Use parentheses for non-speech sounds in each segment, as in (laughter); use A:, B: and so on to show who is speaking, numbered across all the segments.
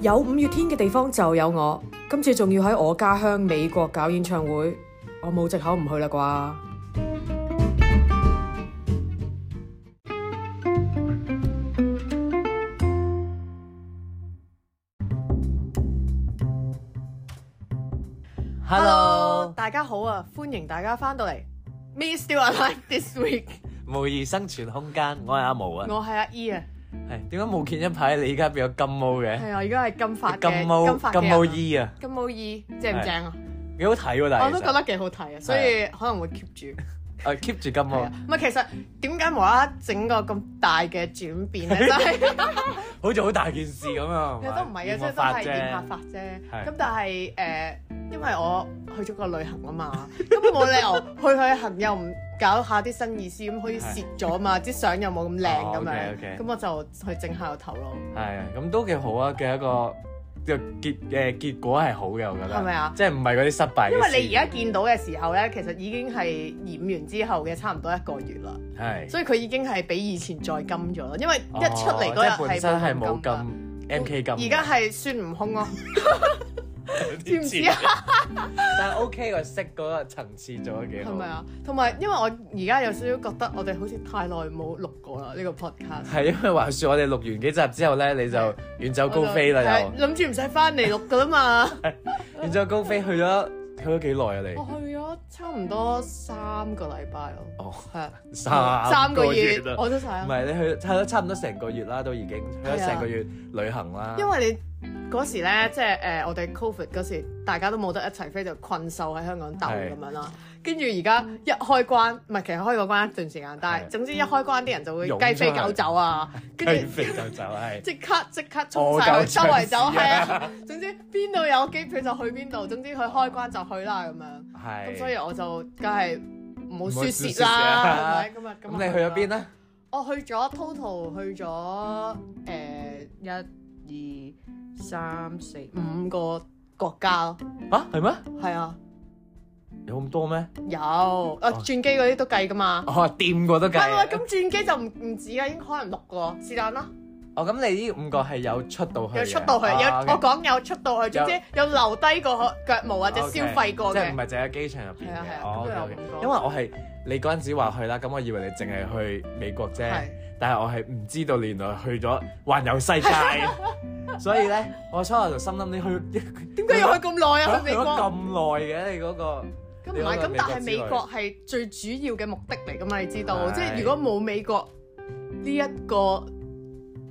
A: 有五月天嘅地方就有我，今次仲要喺我家鄉美國搞演唱會，我冇藉口唔去啦啩。
B: Hello，
A: 大家好啊，歡迎大家翻到嚟。Me still alive this week，
B: 無疑生存空間，我係阿毛啊。
A: 我係阿 E 啊，
B: 係點解冇見一排你而家變咗金毛嘅？
A: 係啊，而家係金髮嘅
B: 金毛
A: 髮嘅
B: 金
A: 人
B: 毛
A: 啊
B: 衣啊，
A: 金毛衣正唔正啊？
B: 幾好睇喎！但係
A: 我都
B: 其
A: 覺
B: 實
A: 得幾好睇啊，所以可能會 keep 住。
B: 啊 keep 住金
A: 係
B: 毛
A: 啊，，唔係其實點解無啦啦整個咁大嘅轉變
B: (laughs)
A: 咧？就係
B: 好似好大件事咁啊！
A: 都唔係嘅，
B: 染
A: 即係
B: 個
A: 都
B: 髮
A: 係
B: 啫
A: 染下髮啫。
B: 係
A: 咁但係誒，因為我去咗個旅行啊
B: (laughs)
A: 嘛，咁冇理由去旅行又唔搞下啲新意思，咁可以蝕咗嘛，啲相又冇咁靚咁
B: 哦
A: 樣，
B: ，OK，OK
A: 咁我就去整下個頭咯。
B: 係啊，咁都幾好啊嘅一個嘅結誒結果係好嘅，我覺得
A: 係咪啊
B: 即係唔係嗰啲失敗嘅事。
A: 因為你而家見到嘅時候咧，其實已經係染完之後嘅差唔多一個月啦，
B: 家係
A: 所以佢已經係比以前再金咗啦。因為一
B: 哦
A: 出嚟嗰
B: 即係
A: 日
B: 本身係
A: 㗎
B: 冇咁 M K 金，
A: 而家係孫悟空
B: (laughs)
A: 咯，知唔知啊？
B: 但係 OK 個色嗰個層次做得幾好，
A: 係咪？啊？同埋因為我而家有少少覺得我哋好似太耐冇錄過啦呢個 podcast，
B: 係因為話説我哋錄完幾集之後咧，你就
A: 係
B: 遠走高飛啦，
A: 係
B: 又
A: 諗住唔使翻嚟錄噶啦
B: (laughs)
A: 嘛。
B: 遠走高飛去咗去咗幾耐
A: 我
B: 啊
A: 去咗差唔多三個禮拜咯，
B: 哦
A: 係啊，
B: 你？ (laughs) 三
A: 三個月
B: 啊，
A: 我都係
B: 唔
A: 啊，
B: 係你去去咗差唔多成個月啦，都已經去咗
A: 係啊
B: 成個月旅行啦。
A: 因為你嗰時咧即係誒我哋 covid 嗰時大家都冇得一齊飛，就困獸喺香港鬥
B: 係
A: 咁樣啦。跟住而家一開關，唔係其實開過關一段時間，但係
B: 係
A: 總之一開關啲人就會
B: 湧
A: 雞飛
B: 出去
A: 狗走啊，跟
B: 雞
A: 住。
B: 飛就走係。
A: 即刻即刻衝晒去周圍走，
B: 我夠
A: 係
B: 長
A: 啊！總之邊度有機票就去邊度，總之佢開關就去啦咁樣。
B: 係。
A: 咁所以我就梗係唔好
B: 唔好
A: 輸蝕
B: 輸蝕
A: 啦，
B: 啊
A: 係咪？咁啊
B: 咁你去咗邊？
A: 啊
B: 咧？
A: 我去咗 total 去咗誒一二三四五個國家咯，
B: 啊，係咩？
A: 係啊，
B: 有咁多咩？
A: 有啊轉機嗰啲都計噶嘛。
B: 哦，掂過都
A: 唔係唔係，
B: 計。
A: 咁轉機就唔唔止啦，應該可能六個，是但啦。
B: 哦，咁你呢五個係有出到去嘅。
A: 有出到去，
B: 哦
A: 有
B: OK
A: 我講有出到去，總之有留低過腳毛或者消費過
B: OK，即係唔
A: 嘅。
B: 係淨係喺機場入邊
A: 係啊係啊
B: 嘅？
A: 咁都有
B: OK，OK
A: 咁講
B: 因為我係你嗰陣時話去啦，咁我以為你淨係去美國啫
A: 係，
B: 但係我係唔知道你原來去咗環遊世 (laughs) 界，所以咧我初頭就心諗你 (laughs) 去
A: 點解要去咁耐啊？去美
B: 去咗
A: 國
B: 咁耐嘅你嗰個
A: 咁唔係咁但
B: 你，去咗
A: 係美
B: 美國之旅
A: 國係最主要嘅目的嚟㗎嘛？你知道，
B: 係
A: 即係如果冇美國呢一個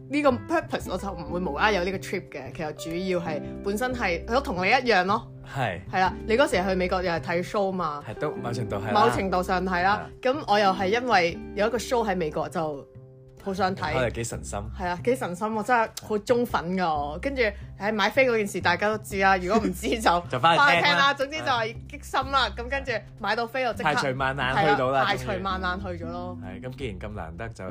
A: 呢個 purpose，我就唔會無啦啦有呢個 trip 嘅。其實主要係本身係都同你一樣咯，
B: 係
A: 係啦。你嗰時去美國又係睇 show 嘛，
B: 係都某程度係啦
A: 某程度上係啦。咁我又係因為有一個 show 喺美國就好想睇
B: 我。哋幾神心，
A: 係啊，幾神心，我真係好忠粉噶我。跟住喺買飛嗰件事，大家都知啦。如果唔知就
B: (laughs) 就返去
A: 返去
B: 聽啦啊
A: 總之就係激心啦。咁跟住買到飛就即刻
B: 排除萬難
A: 係
B: 去到啦，
A: 排
B: 終
A: 除
B: 於
A: 萬難去咗咯。
B: 係咁，既然咁難得就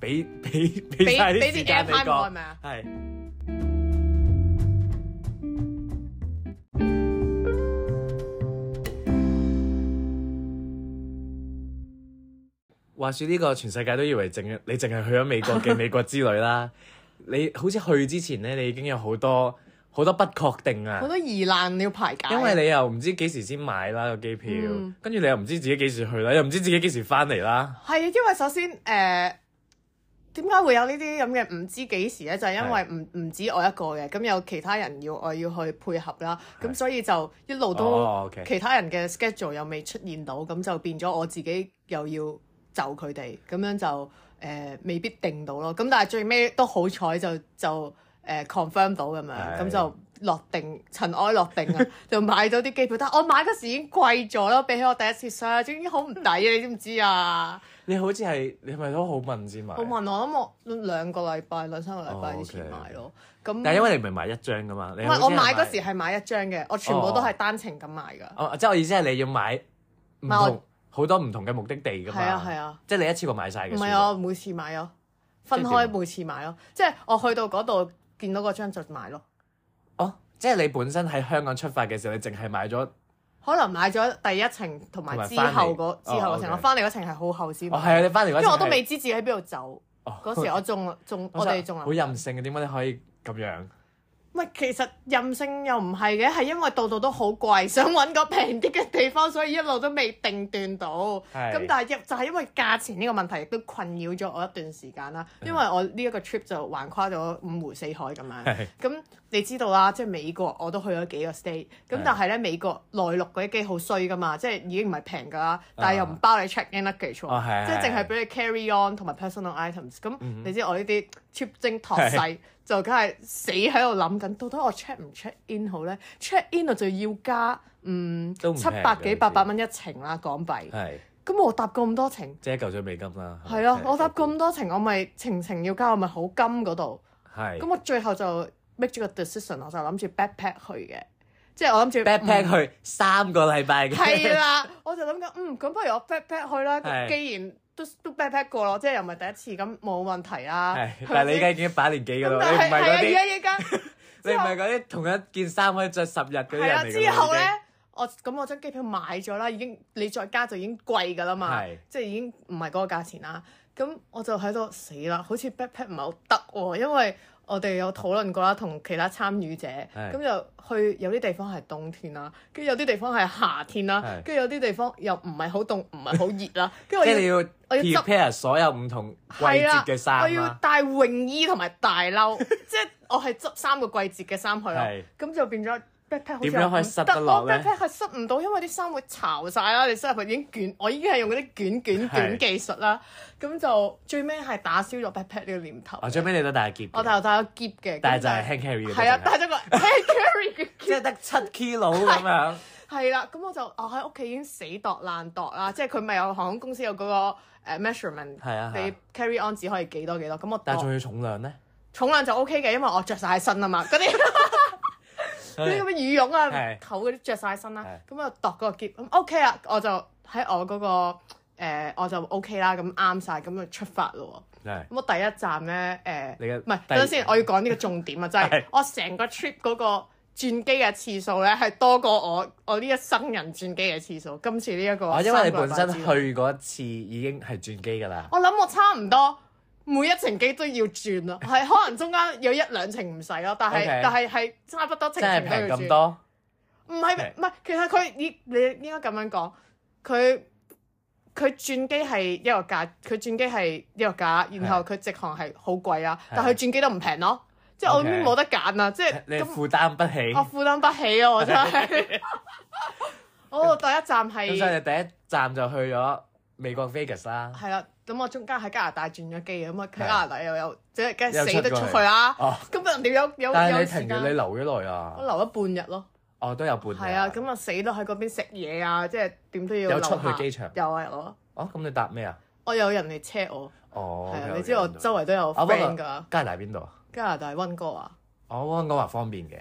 B: 俾俾俾
A: 俾
B: 曬
A: 俾
B: 啲時
A: 啲
B: 間
A: air
B: 你
A: time 我係
B: 講
A: 咪啊？
B: 係。話説呢個全世界都以為淨係你淨係去咗美國
A: (laughs)
B: 嘅美國之旅啦，你好似去之前咧，你已經有好多好多不確定
A: 好
B: 啊，
A: 多疑難要排解。
B: 因為你又唔知幾時先買啦個機票，
A: 嗯
B: 跟住你又唔知自己幾時去啦，又唔知自己幾時翻嚟啦，
A: 係啊，因為首先誒點解會有呢啲咁嘅唔知幾時咧？就係、因為唔唔止我一個嘅，咁有其他人要我要去配合啦，咁
B: 係
A: 所以就一路都、
B: 哦，OK
A: 其他人嘅 schedule 又未出現到，咁就變咗我自己又要就佢哋，咁樣就誒、呃未必定到咯。咁但係最尾都好彩就就誒、呃 confirm 到咁樣，
B: 係
A: 咁就。落定塵埃落定
B: (laughs)
A: 啊，就買咗啲機票，但係我買嗰時已經貴咗咯，比起我第一次上，已經好唔抵啊！你知唔知啊？
B: 你好似係你係咪都好問先買？
A: 我問我諗我兩個禮拜兩三個禮拜之前
B: 哦，OK
A: 買咯，咁
B: 但係因為你唔係買一張噶嘛，你
A: 唔
B: 好似
A: 係我
B: 係
A: 買嗰時係買一張嘅，我全部都係單程咁買㗎。
B: 哦，即係我意思係你要買唔
A: 買我
B: 同好多唔同嘅目的地噶嘛，
A: 係啊係啊，
B: 即係你一次過買晒嘅。
A: 唔係啊，我每次買咯，分
B: 即係點啊
A: 開每次買咯，即係我去到嗰度見到嗰張就買咯。
B: 算，哦，即係你本身喺香港出發嘅時候，你淨係買咗，哦
A: 可能買咗第一程同埋
B: 同埋
A: 之後
B: 返嚟
A: 嗰之後嗰程，
B: 哦，OK
A: 我翻嚟嗰程係好後先買，
B: 係啊，你翻嚟嗰陣
A: 因為我都
B: 係
A: 未，知自己喺邊度走。
B: 哦
A: 嗰時我仲仲我哋仲
B: 好
A: 諗
B: 任性嘅，點解你可以咁樣？
A: 唔係，其實任性又唔係嘅，係因為度度都好貴，想揾個平啲嘅地方，所以一路都未定斷到。
B: 係
A: 咁但係一就係因為價錢呢個問題，亦都困擾咗我一段時間啦。
B: 嗯
A: 因為我呢一個 trip 就橫跨咗五湖四海咁樣
B: (laughs) 係。
A: 咁你知道啦，即係美國我都去咗幾個 state。咁
B: 係
A: 但係咧，美國內陸嗰啲機好衰噶嘛，即係已經唔係平㗎啦，但係又唔包你 check in luggage 喎
B: 啊哦係
A: 即係淨係
B: 係嗯
A: 俾你 carry on 同埋 personal items。咁你知我呢啲 cheap 精托細，就梗係死喺度諗緊，到底我 check 唔 check in 好咧？check in 我就要加嗯
B: 都唔
A: 七
B: 平
A: 百幾
B: 嘅
A: 八百蚊一程啦港幣。
B: 係
A: 咁我搭咁多程，
B: 即係一嚿水美金啦。
A: 係咯，我搭
B: 咁
A: 咁多程，我咪程程要加，我咪好金嗰度。
B: 係
A: 咁我最後就 make 咗個 decision，我就諗住 backpack 去嘅，即係我諗住
B: backpack 去三個禮拜嘅。
A: 嗯係啦，我就諗緊，嗯，咁不如我 backpack 去啦。
B: 係
A: 既然都都 backpack 過咯，即係又唔係第一次，咁冇問題啦。
B: (laughs) 係
A: 係咪
B: 但係你
A: 先
B: 而家已經把年紀㗎
A: 咁
B: 啦，
A: 但
B: 你唔
A: 係
B: 係
A: 係啊，而
B: 嗰
A: 家
B: 啲，
A: 依家
B: 你唔係嗰啲同一件衫可以着十日嗰啲
A: 係
B: 人
A: 啊，
B: 嚟㗎
A: 之後
B: 啦已
A: 咧
B: 經，
A: 我咁我張機票買咗啦，已經你再加就已經貴㗎啦嘛
B: 係，
A: 即係已經唔係嗰個價錢啦。咁我就喺度死啦，好似 backpack 唔係好得喎，因為我哋有討論過啦，同其他參與者，咁
B: 係
A: 就去有啲地方係冬天啦，跟住有啲地方係夏天啦，
B: 係
A: 跟住有啲地方又唔係好凍，唔係好熱啦，跟住我
B: 即係
A: 要
B: 你。要
A: 我要執
B: prepare 所有唔同季
A: 係啦
B: 節嘅
A: 我
B: 衫啊
A: 要
B: 啦。
A: 帶泳衣同埋大
B: (laughs)
A: 褸，即係我係執三個季節嘅衫去咯
B: 係。
A: 咁就變咗 backpack 好似
B: 點樣可以塞得落呢
A: 我 backpack 係塞唔到，因為啲衫會潮晒啦。你塞入去已經捲，我已經係用嗰啲捲捲捲
B: 係
A: 技術啦。咁就最尾係打消咗 backpack 呢個念頭。
B: 我哦最尾你都帶結嘅，
A: 我頭帶咗夾嘅，
B: 但係就
A: 咁
B: 係 hand carry 嘅啫。
A: 係啊，
B: 淨係
A: 帶咗
B: (laughs)
A: 個 hand carry 嘅
B: 即係得七 kilo 咁樣。
A: 係啦，咁我就我喺屋企已經死度爛度啦，即係佢咪有航空公司有嗰個誒 measurement，
B: 係啊係啊
A: 你 carry on 只可以幾多幾多，咁我
B: 但係
A: 度
B: 仲要重量咧，
A: 重量就 O K 嘅，因為我着晒身啊
B: (laughs)
A: 嘛，嗰啲嗰啲咁嘅羽絨啊、厚
B: 係係
A: 嗰啲着晒身啦，
B: 係
A: 咁我度嗰個結咁 O K 啦，我就喺我嗰、個、呃、我就 O K 啦，咁啱晒，咁就出發咯喎。
B: 係
A: 咁我第一站咧，誒、
B: 你嘅
A: 唔係
B: 第
A: 等陣先，我要講呢個重點啊，就係
B: (laughs) 係
A: 我成個 trip 嗰個轉機嘅次數咧，係多過我我呢一生人轉機嘅次數。今次呢、一個
B: 我啊因為你本身
A: 三個禮拜之內
B: 去嗰一次已經係轉機㗎啦，
A: 我諗我差唔多每一程機都要轉啦，係可能中間有一兩程唔使咯，但係
B: OK
A: 但係係差不多程
B: 真係
A: 程都
B: 平
A: 要
B: 咁
A: 轉。
B: 多，
A: 唔係
B: Okay
A: 唔係，其實佢你你應該咁樣講，佢佢轉機係一個價，佢轉機係一個價，然後佢直航係好貴啦，但係佢轉機都唔平咯，即係我
B: Okay
A: 邊冇得揀啊！即係
B: 你
A: 咁
B: 負擔不起
A: 我，負擔不起啊！我真
B: (laughs)
A: 係，我第一站
B: 咁所以
A: 係
B: 你第一站就去咗美國 Vegas 啦。
A: 係啦，咁我中間喺加拿大轉咗機嘅，咁啊喺
B: 係
A: 加拿大又有即係梗係
B: 又
A: 死得
B: 出
A: 出
B: 過去
A: 去啦，
B: 哦，
A: 咁人哋有有
B: 但係
A: 有
B: 你
A: 時
B: 停住你
A: 間，
B: 留咗耐
A: 我
B: 啊？
A: 留咗半日咯。
B: 哦，都有半日。
A: 係啊，咁啊死都喺嗰邊食嘢啊，即係點都要
B: 有出
A: 留下
B: 去機場
A: 有啊有啊，
B: 哦，咁你搭咩啊？
A: 我有人嚟車我，
B: 哦，
A: 係啊
B: OK，OK，
A: 你知我
B: 明白
A: 周圍都有
B: 啊不過
A: friend 㗎，
B: 加拿大邊度啊？哦
A: 加拿大温哥華，
B: 我温哥華方便嘅，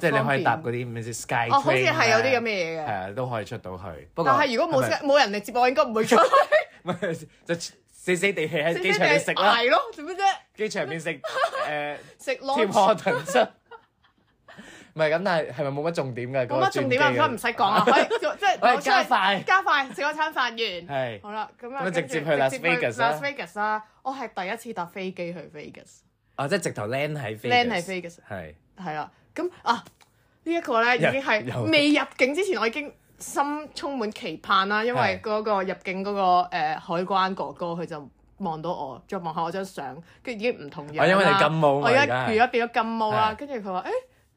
A: 誒
B: 即係你可以搭
A: 方便
B: 嗰啲咩 Sky
A: 哦，好似係有啲咁嘅
B: 嘅，
A: 嘢
B: 係
A: 嘅，
B: 啊，都可以出到去。不過
A: 但係如果冇
B: 係咪
A: 冇人嚟接我，我應該唔會出去。
B: 唔係就死死地氣 (laughs) 喺機場度食啦，
A: 係咯，做咩啫？
B: 機場面食
A: (laughs)
B: 誒
A: 食
B: Tim
A: lunch
B: Hortons 唔係咁，但係係咪冇乜重點㗎？嗰個
A: 冇乜重點啊，
B: 轉機
A: 所以
B: 嘅
A: 唔使 (laughs)
B: (laughs)
A: 講啊，可以即係
B: 我
A: 攞
B: 係
A: 出去
B: 加快
A: 加快食嗰餐飯完。
B: 係
A: 好啦，咁啊，
B: 咁啊
A: 跟住
B: 直接去 Las
A: 直
B: Vegas 啦
A: Las Vegas 啦，我係第一次搭飛機去 Vegas。
B: 啊，即係直頭 land 喺
A: land 喺
B: Vegas
A: Vegas
B: 係
A: 係啦，咁啊呢一個咧已
B: 又
A: 經係
B: 又
A: 未入境之前，我已經心充滿期盼啦，因為
B: 係
A: 嗰個入境嗰、個、呃、海關哥哥佢就望到我，再望下我張相，跟住已經唔同樣啦啊
B: 哦因為你金毛嘛
A: 我而
B: 而
A: 家
B: 家係
A: 而家變咗金毛啦，
B: 係
A: 跟住佢話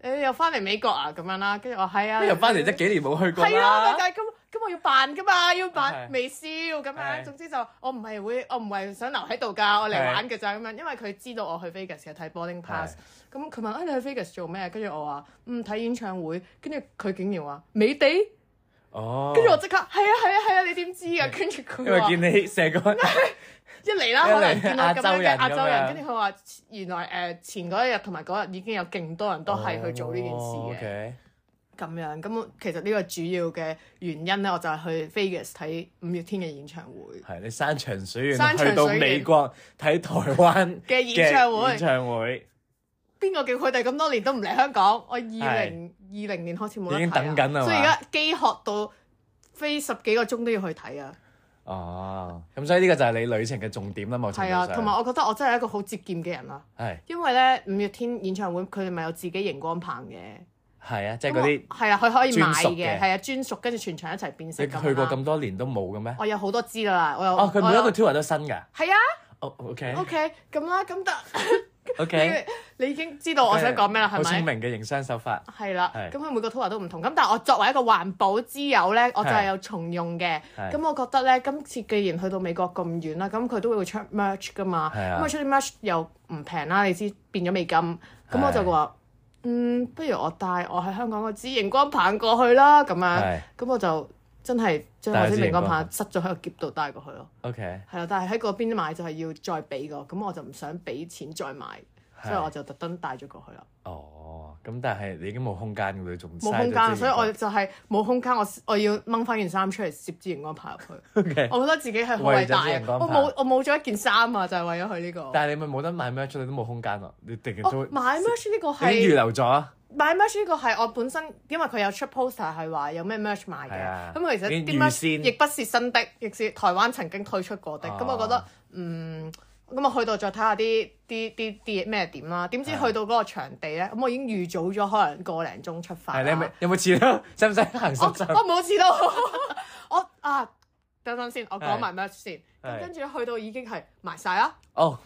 A: 誒誒又翻嚟美國啊咁樣啦，跟住我係啊， (laughs)
B: 又翻嚟即幾年冇去過
A: 係啊，咪
B: 啦
A: 就，係咁。咁我要扮噶嘛，要扮
B: 係
A: 微笑咁樣。
B: 係
A: 總之就我唔係會，我唔係想留喺度㗎，我嚟
B: 係
A: 玩嘅咋咁樣。因為佢知道我去 Vegas 嘅睇 boarding pass，咁佢問啊你去 Vegas 做咩？跟住我話嗯睇演唱會，跟住佢竟然話美地，
B: 哦，
A: 跟住我即刻係啊係啊係啊，你點知
B: (laughs)
A: 啊？跟住
B: 因
A: 佢
B: 為
A: 話
B: 見你
A: (laughs)
B: 成個
A: 一嚟啦，可
B: 因為
A: 能見到咁樣
B: 亞洲
A: 嘅
B: 人
A: 亞洲人，
B: 咁樣
A: 跟住佢話原來誒前嗰一日同埋嗰日已經有勁多人都係去做呢件事
B: 哦
A: 嘅。
B: 嘅，
A: 咁樣，咁其實呢個主要嘅原因咧，我就係去 Vegas 睇五月天嘅演唱會
B: 係你山長水
A: 山
B: 遠
A: 長
B: 去到
A: 水遠
B: 美國睇台灣
A: 嘅演唱
B: 嘅
A: 會
B: 演。唱會
A: 邊個叫佢哋咁多年都唔嚟香港？我二零二
B: 係
A: 零年開始冇得睇啊
B: 已經等緊啦嘛
A: 所以而家飢渴到飛十幾個鐘都要去睇啊！
B: 哦，咁所以呢個就係你旅程嘅重點啦，某程度
A: 係
B: 上。
A: 啊，同埋我覺得我真係一個好節儉嘅人啊，
B: 係
A: 因為咧五月天演唱會佢哋咪有自己熒光棒嘅，
B: 係啊，即係嗰啲
A: 係啊，佢可以買
B: 專屬嘅
A: 嘅，係啊專屬，跟住全場一齊變色
B: 你
A: 咁
B: 去過
A: 啦
B: 咁多年都冇嘅咩？
A: 我有好多支㗎啦，我有
B: 哦，佢每一
A: 我
B: 個
A: 有
B: tour 都新㗎。
A: 係啊
B: 哦，OK
A: ，OK 咁啦，咁但
B: OK，啊
A: 你你已經知道我想講咩啦，
B: 好
A: 係咪
B: 聰？明嘅營商手法。
A: 係啦，
B: 係
A: 咁佢每個 tour 都唔同，咁但係我作為一個環保之友咧，我就係有重用嘅。
B: 係
A: 咁我覺得咧，今次既然去到美國咁遠啦，咁佢都會出 merch 噶嘛，
B: 係啊
A: 咁佢出啲 merch 又唔平啦，你知變咗美金，咁
B: 係
A: 我就話，嗯，不如我帶我喺香港嗰支熒光棒過去啦，咁樣
B: 係，
A: 咁我就真係將我支熒光棒塞咗喺個夾度帶過去咯，
B: OK，
A: 係啦，但係喺嗰邊買就係要再俾個，咁我就唔想俾錢再買，所以
B: 係
A: 我就特登帶咗過去啦。
B: 哦，咁但係你已經冇空間㗎啦，仲
A: 冇
B: 嘥咗
A: 空間，
B: 資
A: 所以
B: 源 (laughs)
A: 我就係冇空間，我我要掹翻件衫出嚟攝支熒光棒
B: (laughs)
A: 入去。
B: OK，
A: 我覺得自己係好偉大
B: 為咗支
A: 啊
B: 熒！光
A: 我
B: 棒
A: 冇我冇咗一件衫啊，就係為咗佢呢個。
B: 但係你咪冇得買 merch，你都冇空間咯，你定都
A: 哦，
B: 已
A: 買 merch 呢個
B: 經預
A: 係
B: 留咗啊。
A: 買 merch 呢個係我本身，因為佢有出 poster 係話有咩 merch 賣
B: 係啊
A: 嘅。咁其實啲
B: 已經預
A: merch
B: 先
A: 亦不是新的，亦是台灣曾經推出過的。
B: 哦
A: 咁我覺得嗯，咁我去到再睇下啲啲啲啲咩點啦。點知
B: 係
A: 去到嗰個場地咧，咁我已經預早咗可能個零鐘出發啦。
B: 係你係咪有冇錢啊？ (laughs) 使唔使行
A: 我
B: 實習？
A: 我冇遲到， (laughs) 我啊等等先，我講埋 merch 先，咁
B: 係
A: 跟住去到已經係賣晒啦，
B: 哦，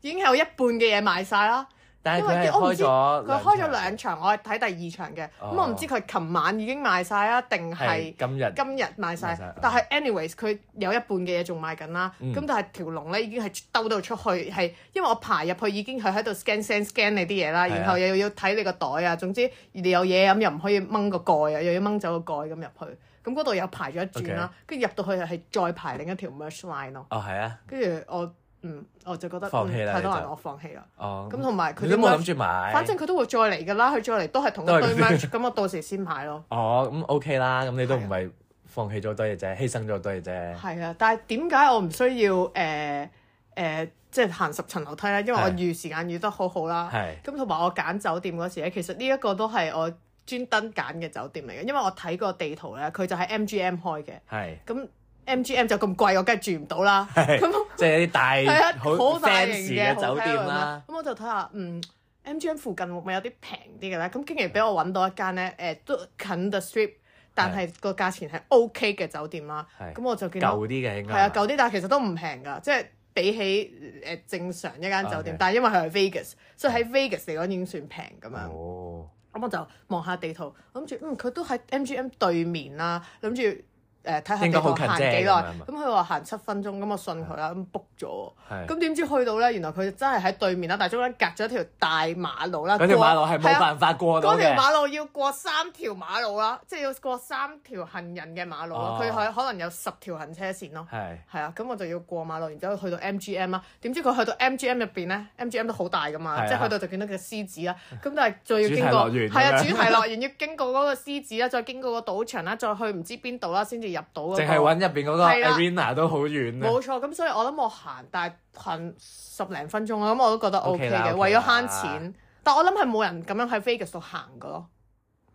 A: 已經有一半嘅嘢賣晒啦。
B: 但
A: 因
B: 係
A: 為
B: 佢係
A: 我唔
B: 開
A: 知
B: 咗
A: 佢開咗
B: 場
A: 兩場，我係睇第二場嘅，
B: 哦
A: 咁我唔知佢琴晚已經賣晒啊，定係
B: 係今日
A: 今日賣晒
B: 賣晒。啊
A: 但係 anyways，佢有一半嘅嘢仲賣緊啦。
B: 嗯
A: 咁但係條龍咧已經係兜到出去，係因為我排入去已經係喺度 scan scan scan 你啲嘢啦，
B: 係啊
A: 然後又要睇你個袋啊。總之你有嘢咁又唔可以掹個蓋啊，又要掹走個蓋咁入去。咁嗰度又排咗一轉啦，跟住入到去係再排另一條 merch line 咯。
B: 哦係啊，
A: 跟住我嗯我就覺得
B: 放棄
A: 嗯
B: 啦
A: 太多
B: 你就
A: 人，我放棄啦。
B: 哦
A: 咁同埋佢
B: 你
A: 啲
B: 都冇
A: merch-
B: 諗住買，
A: 反正佢都會再嚟㗎啦，佢再嚟都係同一
B: 都係
A: 堆
B: 嗰啲
A: match，咁我到時先買咯。
B: 哦咁 OK 啦，咁你都唔
A: 啊
B: 係放棄咗好多嘢啫，犧牲咗好多嘢啫，
A: 係啊，但係點解我唔需要誒誒、呃呃即係行十層樓梯咧？因為我
B: 係
A: 預時間預得好好啦。
B: 係
A: 咁同埋我揀酒店嗰時咧，其實呢一個都係我專登揀嘅酒店嚟嘅，因為我睇個地圖咧，佢就喺 MGM 開嘅。
B: 係
A: 咁 MGM 就咁貴，我梗係住唔到啦。
B: 係， (laughs) 即係一啲
A: 係啊，
B: 大
A: 好大型
B: fancy
A: 嘅
B: 嘅酒店
A: hotel 啊
B: 啦，
A: 咁樣。咁我就睇下，嗯，MGM 附近會唔會有啲平啲嘅咧？咁竟然俾我揾到一間咧，誒、呃都近 The Strip，但係個價錢係 OK 嘅酒店啦。
B: 係
A: 咁我就見到
B: 舊啲嘅應該
A: 係啊，舊啲，但係其實都唔平㗎，即係比起誒、呃正常一間酒店
B: OK
A: 但係因為佢係 Vegas，所以喺 Vegas 嚟講已經算平咁樣。
B: 哦
A: 咁我就望下地圖，諗住嗯佢都喺 MGM 對面啦，諗住誒睇下地
B: 應該
A: 圖
B: 好近啫
A: 行幾耐。
B: 咁樣嘛
A: 咁佢話行七分鐘，咁我信佢啦，咁 book 咗喎。
B: 係
A: 啊咁點知去到咧，原來佢真係喺對面啦，但係中間隔咗一條大馬路啦。
B: 嗰條
A: 過
B: 馬路係
A: 係
B: 冇
A: 啊
B: 辦法過到
A: 嗰條
B: 嘅，
A: 馬路要過三條馬路啦，即係要過三條行人嘅馬路咯
B: 哦。
A: 佢係、可能有十條行車線咯。
B: 係
A: 係啊，咁我就要過馬路，然之後去到 MGM 啦。點知佢去到 MGM 入邊咧，MGM 都好大噶
B: 係
A: 嘛，
B: 啊
A: 即係去到就見到隻獅子啦。咁但係仲要經
B: 主題樂園
A: 過，係啊，
B: 咁樣
A: 主題樂園要經過嗰個獅子啦，再經過個賭場啦，再去唔知邊度啦，先至入到嗰個。
B: 淨係揾入邊嗰個
A: 係啦
B: arena 都好遠啊
A: 冇錯，咁所以我諗我行大概行十零分鐘啦，咁我都覺得 O K
B: OK 啦
A: 嘅，
B: ，OK
A: 為咗
B: 啦
A: 慳錢。但我諗係冇人咁樣喺 Vegas 度行噶咯，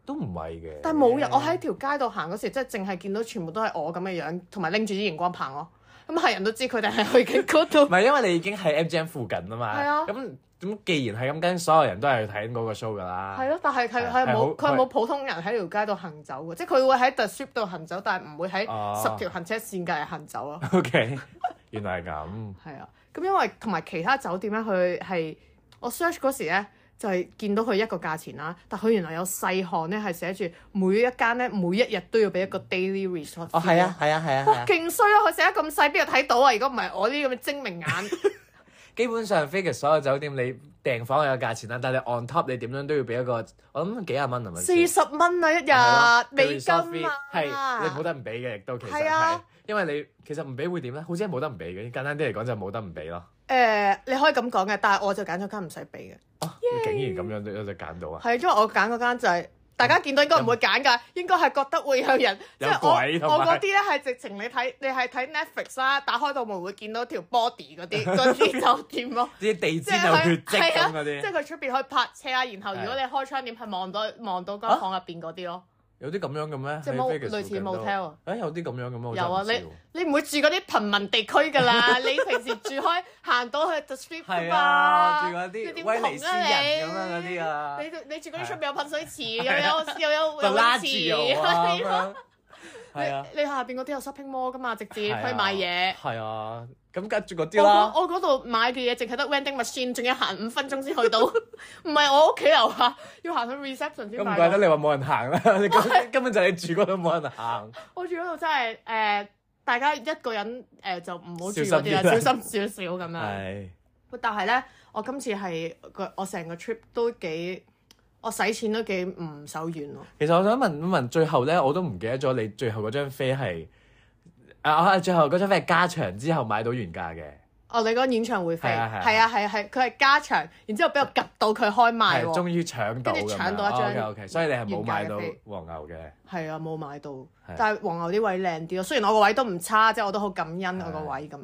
B: 都唔係嘅。
A: 但係冇
B: 嗯
A: 人，我喺條街度行嗰時，即係淨係見到全部都係我咁嘅樣，同埋拎住啲熒光棒咯。咁係人都知佢哋係去緊嗰
B: 唔 (laughs)
A: 度，
B: 係因為你已經喺 MGM 附近啊嘛。
A: 係啊
B: 咁咁既然係咁，跟所有人都係去睇緊嗰個 show 㗎啦。
A: 係咯。啊但係佢
B: 啊係
A: 係
B: 係好
A: 冇佢係冇普通人喺條街度行走嘅，即係佢會喺 The Strip 度行走，但係唔會喺
B: 哦
A: 十條行車線隔離行走咯。
B: (laughs) OK，原來係咁。
A: 係啊，咁因為同埋其他酒店咧，佢係我 search 嗰時咧，就係、見到佢一個價錢啦，但佢原來有細項咧係寫住每一間咧每一日都要俾一個 daily resort。
B: 哦，係啊，，係啊，係啊，係
A: 哇，
B: 啊。
A: 勁衰啊！佢寫得咁細，邊度睇到啊？如果唔係我呢啲咁嘅精明眼，
B: 基本上 Vegas 所有酒店你訂房有價錢啦，但係你 on top 你點樣都要俾一個， (laughs) 我諗幾廿蚊係咪
A: 四
B: 先？
A: 十蚊啊一
B: 係
A: 日
B: 咯
A: 美金
B: Resort fee，
A: 啊，
B: 係你冇得唔俾嘅，亦都其實
A: 係啊
B: 係，因為你其實唔俾會點咧？好似係冇得唔俾嘅，簡單啲嚟講就係冇得唔俾咯。
A: 誒、你可以咁講嘅，但係我就揀咗間唔使俾嘅。
B: 啊你竟然咁樣都都揀到啊！
A: 係，因為我揀嗰間就係、大家見到應該唔會揀㗎，應該係覺得會有人，即
B: 嗯有
A: 係
B: 鬼
A: 我
B: 同
A: 我
B: 埋
A: 嗰啲咧係直情你睇你係睇 Netflix 啦，打開道門會見到條 body 嗰
B: (laughs)
A: 啲嗰啲酒店咯，
B: 啲地
A: 即
B: 氈有血
A: 佢
B: 跡咁
A: 啊，
B: 嗰
A: 即係
B: 啲，
A: 佢出邊可以泊車啊，然後如果
B: 係
A: 你開窗簾係望到望到間
B: 啊
A: 房入邊嗰啲咯，
B: (laughs) 有啲咁樣嘅咩？
A: 即係
B: 喺
A: 冇
B: Vegas
A: 類似
B: 附近都
A: motel 啊？
B: 誒有啲咁樣嘅咩？我真係
A: 有啊，
B: 唔知
A: 你
B: 喎
A: 你唔會住嗰啲貧民地區㗎啦， (laughs) 你平時住開行到去 the street 㗎
B: 係
A: 嘛，
B: 啊，住嗰
A: 你點
B: 啲
A: 同
B: 威尼斯人咁樣嗰
A: 你
B: 啲啊，
A: 你你住嗰啲
B: 係
A: 出
B: 啊
A: 面有噴水池，又
B: (laughs) 係啊
A: 有又有
B: 就
A: 游
B: 拉
A: 泳
B: 住
A: 池， (laughs)
B: 我啊咁樣，係啊，
A: 你你下邊嗰啲有 shopping mall 㗎嘛，直接
B: 係啊
A: 去買嘢。
B: 係啊，咁跟住嗰
A: 我
B: 啲啦
A: 嗰，我嗰度買嘅嘢淨係得 vending machine，仲要行五分鐘先去到， (laughs) 唔係我屋企樓下，要行去 reception
B: 咁
A: 先
B: 唔
A: 買
B: 怪
A: 到
B: 得。你話冇人
A: (laughs)
B: 行啦，你根根本就係你住嗰度冇人行，
A: 我住嗰度真係誒、呃大家一個人誒、呃就唔好住嗰啲啦，
B: 小心啲啦
A: 小心少少咁樣。
B: 係
A: 但係咧，我今次係個我成個 trip 都幾，我使錢都幾唔手軟咯。
B: 其實我想問一問，最後咧我都唔記得咗你最後嗰張飛係啊啊，最後嗰張飛係加長之後買到原價嘅，
A: 哦，你講演唱會飛，
B: 係啊係啊
A: 係啊係啊係，佢係加長，然之後俾我及到佢開賣
B: 係終
A: 喎，
B: 於搶到
A: 跟住
B: 咁
A: 搶到一張
B: O K O K，所以你係冇買到
A: 原價嘅飛
B: 黃牛嘅，
A: 係啊冇買到，但係黃牛啲位靚啲咯。雖然我個位都唔差，即係我都好感恩我個位咁樣。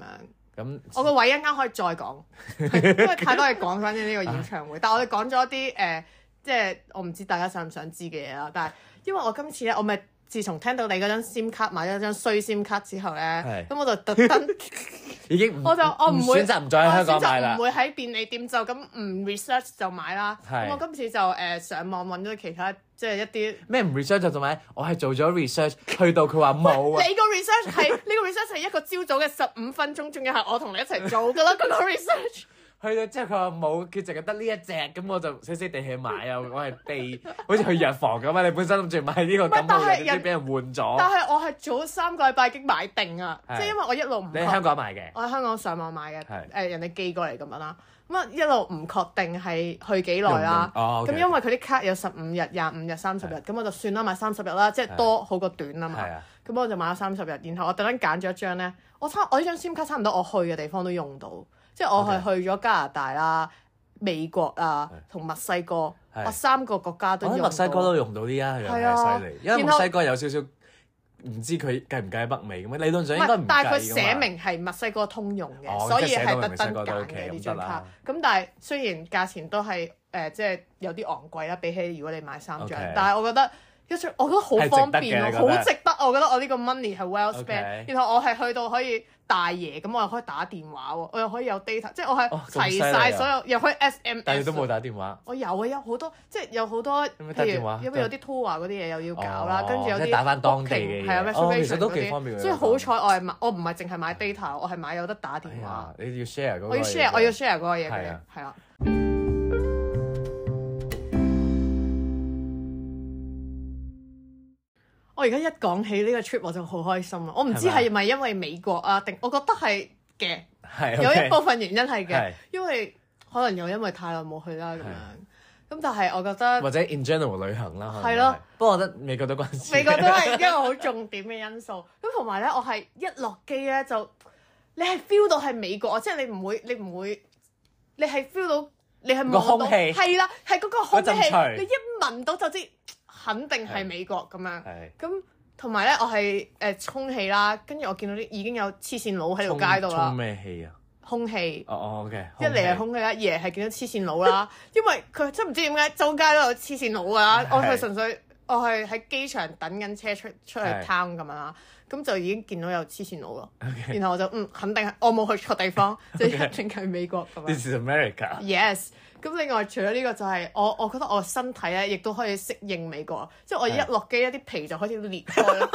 B: 咁
A: 我個位一陣間可以再
B: (laughs)
A: 講， (laughs) 因為太多嘢講翻呢個演唱會。但係我哋講咗啲誒，即係我唔知大家想唔想知嘅嘢啦。但係因為我今次咧，我咪自從聽到你嗰張 SIM 卡買咗張衰 SIM 卡之後咧
B: 係，
A: 咁我就特登，
B: 已經唔
A: 我就我唔會
B: 選擇唔再喺香港買
A: 我選擇
B: 啦
A: 唔。會喺便利店就咁唔 research 就買啦。
B: 係
A: 咁我今次就誒、呃上網揾咗其他即係一啲。
B: 咩唔 research 就同埋我係做咗 research，去到佢話冇啊，
A: 你個 research 係呢個 research 係一個朝早嘅十五分鐘，仲要係我同你一齊做㗎啦。嗰、個 research
B: 去到之後佢話冇，佢淨係得呢一隻，咁我就死死地去買啊！ (laughs) 我係被好似去藥房咁啊！你本身諗住買呢個感冒
A: 唔係但係
B: 藥，點知
A: 人
B: 俾人換
A: 但
B: 咗？
A: 係我係早三個禮拜已經買定啊，
B: 係
A: 即係因為我一路唔
B: 你喺香
A: 確，
B: 港買嘅，
A: 我喺香港上網買嘅，誒
B: 係、
A: 人哋寄過嚟咁樣啦，咁啊一路唔確定係去幾耐啊啦。
B: 用唔用哦
A: 咁、
B: ，OK，
A: 因為佢啲卡有十五日、廿五日、三十日，
B: 係
A: 咁我就算啦，買三十日啦，即係多好過短啊嘛。
B: 係啊，
A: 咁我就買咗三十日，然後我特登揀咗一張咧，我差我呢張 SIM 卡差唔多我去嘅地方都用到，即係我係去咗加拿大啦、美國啊
B: 係
A: 同墨西哥，
B: 係
A: 我三個國家都
B: 我
A: 用
B: 喺
A: 到。
B: 墨西哥都用到呢一樣
A: 係啊
B: 嘢，犀利，因為
A: 然
B: 墨
A: 後
B: 西哥有少少唔知佢計唔計北美咁樣，理論上
A: 唔
B: 應該
A: 係
B: 唔，
A: 但係佢
B: 計㗎
A: 寫
B: 嘛
A: 明係墨西哥通用嘅，
B: 哦
A: 所以
B: 即係
A: 係
B: 寫到
A: 特登
B: 明墨西哥都
A: 揀
B: OK，
A: 嘅呢
B: 咁
A: 張
B: 得
A: 卡
B: 啦。
A: 咁但係雖然價錢都係誒、呃即係有啲昂貴啦，比起如果你買三張
B: OK
A: 但係我覺得一張我覺得好方便啊，
B: 係值得嘅你覺
A: 好
B: 得
A: 值得。我覺得我呢個 money 係 well spent。
B: OK
A: 然後我係去到可以大爺咁，我又可以打電話喎，我又可以有 data，即係我係
B: 哦咁
A: 齊
B: 犀利啊
A: 晒所有，又可以 SMS。
B: 但係你都冇打電話，
A: 我有啊，有好多即係有好多，
B: 有冇打電話
A: 譬如因為有啲 tour 啊嗰啲嘢又要搞啦
B: 哦，
A: 跟住有
B: 即
A: 啲
B: 係打返當地嘅
A: booking，
B: 嘢
A: 係啊
B: 哦
A: reservation
B: 其實都幾
A: 嗰
B: 方便
A: 啲，
B: 嘅
A: 所以好彩我係買，我唔係淨係買 data，我係買有得打
B: 哎
A: 電話
B: 呀，，你要 share 嗰個嘢，
A: 我要 share，我要 share 嗰個嘢俾
B: 係
A: 你
B: 啊，
A: 係啦。我而家一講起呢個 trip 我就好開心啦！我唔知
B: 係咪
A: 係咪因為美國啊，定我覺得係
B: (laughs)
A: 嘅，
B: 係
A: 有
B: OK
A: 一部分原因係嘅
B: 係，
A: 因為可能又因為太耐冇去啦咁
B: 啊
A: 樣。咁但係我覺得
B: 或者 in general 旅行啦，可能
A: 係咯
B: 係。不過我覺得美國都關事。
A: 美國都係一個好重點嘅因素。咁同埋咧，我係一落機咧就你係 feel 到係美國，即係你唔會你唔會，你係 feel 到你係
B: 個
A: 望
B: 空
A: 到
B: 氣
A: 係啦，係嗰個空氣
B: 嗰陣除
A: 你一聞到就知肯定係
B: 係
A: 美國咁樣。
B: 係
A: 咁同埋咧，我係誒充氣啦，跟住我見到啲已經有黐線佬喺
B: 衝
A: 條街度
B: 衝
A: 啦，
B: 咩氣啊？
A: 空氣。
B: 哦哦，OK。Ờ,
A: 一嚟係空氣啦，二嚟係見到黐線佬
B: (laughs)
A: 啦，因為佢真唔知點解周街都有黐線佬噶啦，
B: 係
A: 我係純粹我係喺機場等緊車出出去
B: 係
A: town 咁樣啦，咁就已經見到有黐線佬咯， (laughs) 然後我就嗯肯定係我冇去錯地
B: (laughs)
A: 方，就一
B: Okay
A: 定係美國咁樣。
B: This is (laughs) America。
A: Yes，咁另外除咗呢個就係、我，我覺得我身體咧亦都可以適應美國，即係我一
B: 係
A: 落機一啲皮就開始裂開
B: (laughs)
A: 啦，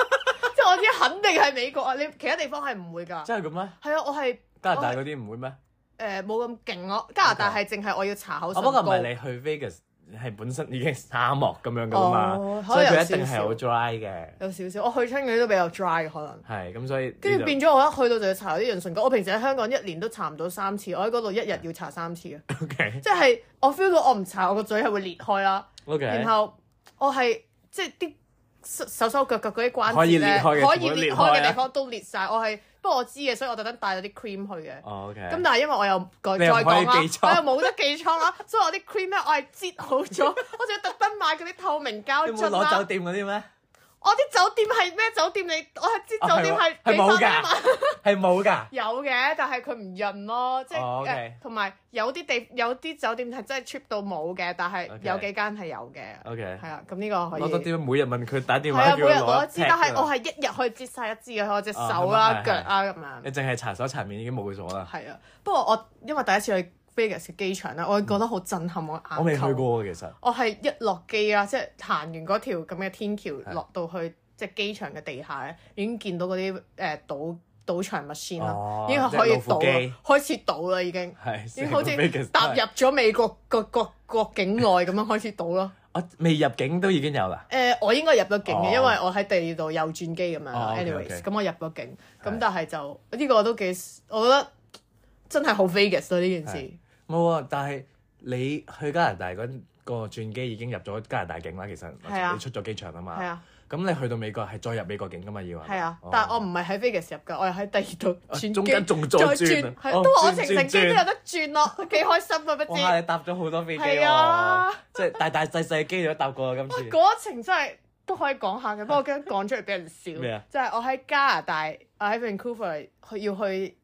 A: 即係我知肯定係美國啊，你其他地方係唔會㗎。
B: 真係咁咩？
A: 係啊，我係
B: 加拿
A: 我係
B: 大嗰啲唔會咩？
A: 誒呃冇咁勁咯，加拿大係淨係我要查口
B: 我
A: 唇
B: 哦不過唔
A: 膏
B: 係你去 Vegas 係本身已經係沙漠咁樣噶
A: 哦
B: 嘛，
A: 可
B: 所以
A: 能有
B: 佢一定係
A: 少少
B: 好 dry 嘅。
A: 有少少，我去親嗰啲都比較 dry 可能。
B: 係咁，所以
A: 跟住
B: 呢度
A: 變咗我一去到就要搽啲潤唇膏，我平時喺香港一年都搽唔到三次，我喺嗰度一日要搽三次嘅，
B: (laughs) (laughs) OK
A: 即係我 feel 到我唔搽我個嘴係會裂開啦，
B: OK。
A: 然後我係即係啲手手手腳腳嗰啲關
B: 可
A: 節
B: 以裂
A: 咧，
B: 開嘅
A: 可以
B: 全部都
A: 裂
B: 裂
A: 開
B: 開
A: 嘅
B: 啊
A: 地方都裂晒。我係不過我知嘅，所以我特登帶咗啲 cream 去嘅。
B: 哦 Ờ, OK。
A: 咁但係因為我又再
B: 你
A: 再
B: 又唔可以
A: 講啦，
B: 寄
A: 我
B: 倉
A: 又冇得寄倉啦， (laughs) 所以我啲
B: (laughs)
A: cream 咧我係擠好咗，我仲要特登買嗰啲透明膠
B: 你
A: 樽
B: 冇攞酒
A: 啦。
B: 店嗰啲咩？
A: 我啲酒店係咩酒店？你我係知
B: 啊
A: 酒店
B: 係喎
A: 係幾百
B: 係冇㗎
A: 蚊嘛。
B: 係冇㗎。
A: 有嘅，但係佢唔潤咯，即係
B: 哦，OK
A: 誒同埋有啲地有啲酒店係真係 cheap 到冇嘅，但係
B: OK
A: 有幾間係有嘅，
B: OK，
A: 係啊，咁呢個可以
B: 攞多啲，每日問佢打電
A: 係
B: 話
A: 啊，
B: 叫
A: 每
B: 佢
A: 日攞一
B: 攞一
A: 支，
B: pack
A: 但係
B: 㗎
A: 我係一日可以截晒一支嘅，我隻
B: 啊
A: 手啦、
B: 係
A: 腳
B: 係
A: 啊咁樣
B: 你。淨係查手查面已經冇咗啦。
A: 係啊，不過我因為第一次去 Vegas 嘅機場咧，我覺得好震撼我眼。
B: 嗯我未去。過嘅其實。
A: 我係一落機啊，即係行完嗰條咁嘅天橋
B: 係
A: 落到去即係機場嘅地下咧，已經見到嗰啲誒賭賭場 machine 啦，
B: 哦
A: 已經係
B: 即係
A: 可以
B: 老虎
A: 賭
B: 機
A: 啦，開始賭啦已經，
B: 係，
A: 已經好
B: 成個 Vegas
A: 似
B: 都
A: 踏
B: 係
A: 入咗美國個國國境內咁樣開始賭咯。
B: 我未入境都已經有啦。
A: 誒、呃我應該入咗境嘅，
B: 哦
A: 因為我喺第二度右轉機咁樣啦。
B: 哦，OK，OK
A: anyways，咁我入咗境，咁
B: 係
A: 但係就呢個都幾，我覺得真係好 Vegas 咯呢件事
B: 係。冇啊，但係你去加拿大嗰個轉機已經入咗加拿大境啦，其實
A: 係啊
B: 你出咗機場啊嘛。
A: 係啊，
B: 咁你去到美國係再入美國境噶嘛？要
A: 係啊，但係我
B: 唔
A: 唔係喺 Vegas 入㗎，我係喺第二度轉機，
B: 哦中間仲再
A: 再
B: 轉啊
A: 轉，
B: 哦
A: 係都話我
B: 轉
A: 程程機都
B: 轉
A: 有得轉咯， (laughs) 幾開心啊！不知
B: 哇！你搭咗好多飛機
A: 係啊
B: 喎，即係大大細細機都搭過啊啦今次。
A: 嗰一程真係都可以講下嘅，不過我驚講出嚟俾人笑。
B: (laughs) 咩啊
A: 就係我喺加拿大，我喺 Vancouver 去要去